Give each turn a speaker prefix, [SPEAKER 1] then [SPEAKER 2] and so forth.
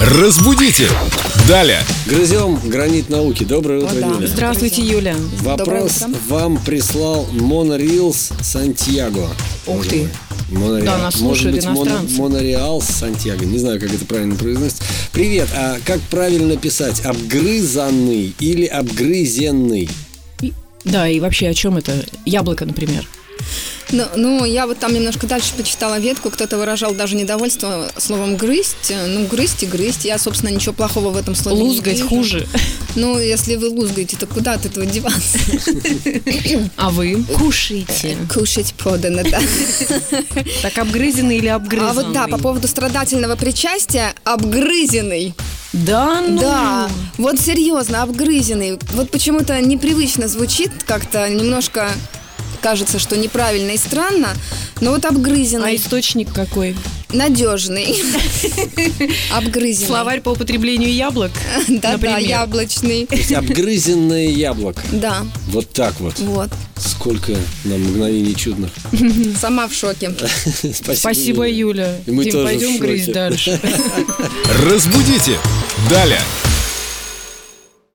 [SPEAKER 1] Разбудите! Далее!
[SPEAKER 2] Грызем гранит науки. Доброе утро, Юля.
[SPEAKER 3] Здравствуйте, Юля.
[SPEAKER 2] Вопрос вам прислал Монорилс Сантьяго.
[SPEAKER 3] Ух ты.
[SPEAKER 2] Монореал.
[SPEAKER 3] Да, нас
[SPEAKER 2] Может
[SPEAKER 3] слушают
[SPEAKER 2] быть, Моно-
[SPEAKER 3] иностранцы.
[SPEAKER 2] Монореал Сантьяго. Не знаю, как это правильно произносится. Привет. А как правильно писать? Обгрызанный или обгрызенный?
[SPEAKER 3] И- Да, и вообще о чем это? Яблоко, например.
[SPEAKER 4] Ну, ну, я вот там немножко дальше почитала ветку, кто-то выражал даже недовольство словом «грызть». Ну, грызть и грызть. Я, собственно, ничего плохого в этом слове не
[SPEAKER 3] Лузгать
[SPEAKER 4] вижу.
[SPEAKER 3] хуже.
[SPEAKER 4] Ну, если вы лузгаете, то куда от этого деваться?
[SPEAKER 3] А вы? Кушайте.
[SPEAKER 4] Кушать подано, да.
[SPEAKER 3] Так обгрызенный или обгрызанный?
[SPEAKER 4] А вот да, по поводу страдательного причастия, обгрызенный.
[SPEAKER 3] Да, ну.
[SPEAKER 4] Да, вот серьезно, обгрызенный. Вот почему-то непривычно звучит, как-то немножко кажется, что неправильно и странно, но вот
[SPEAKER 3] А
[SPEAKER 4] обгрызенный,
[SPEAKER 3] источник какой?
[SPEAKER 4] надежный, обгрызенный.
[SPEAKER 3] Словарь по употреблению яблок?
[SPEAKER 4] Да, да,
[SPEAKER 3] например.
[SPEAKER 4] яблочный.
[SPEAKER 2] То есть обгрызенное яблоко.
[SPEAKER 4] Да,
[SPEAKER 2] Вот так вот.
[SPEAKER 4] вот.
[SPEAKER 2] Сколько нам мгновений чудных.
[SPEAKER 4] Сама в шоке.
[SPEAKER 2] Спасибо,
[SPEAKER 3] Спасибо, Юля.
[SPEAKER 2] И мы
[SPEAKER 3] Дим,
[SPEAKER 2] тоже в
[SPEAKER 3] пойдем
[SPEAKER 2] шоке.
[SPEAKER 3] грызть дальше.
[SPEAKER 1] Разбудите! Далее!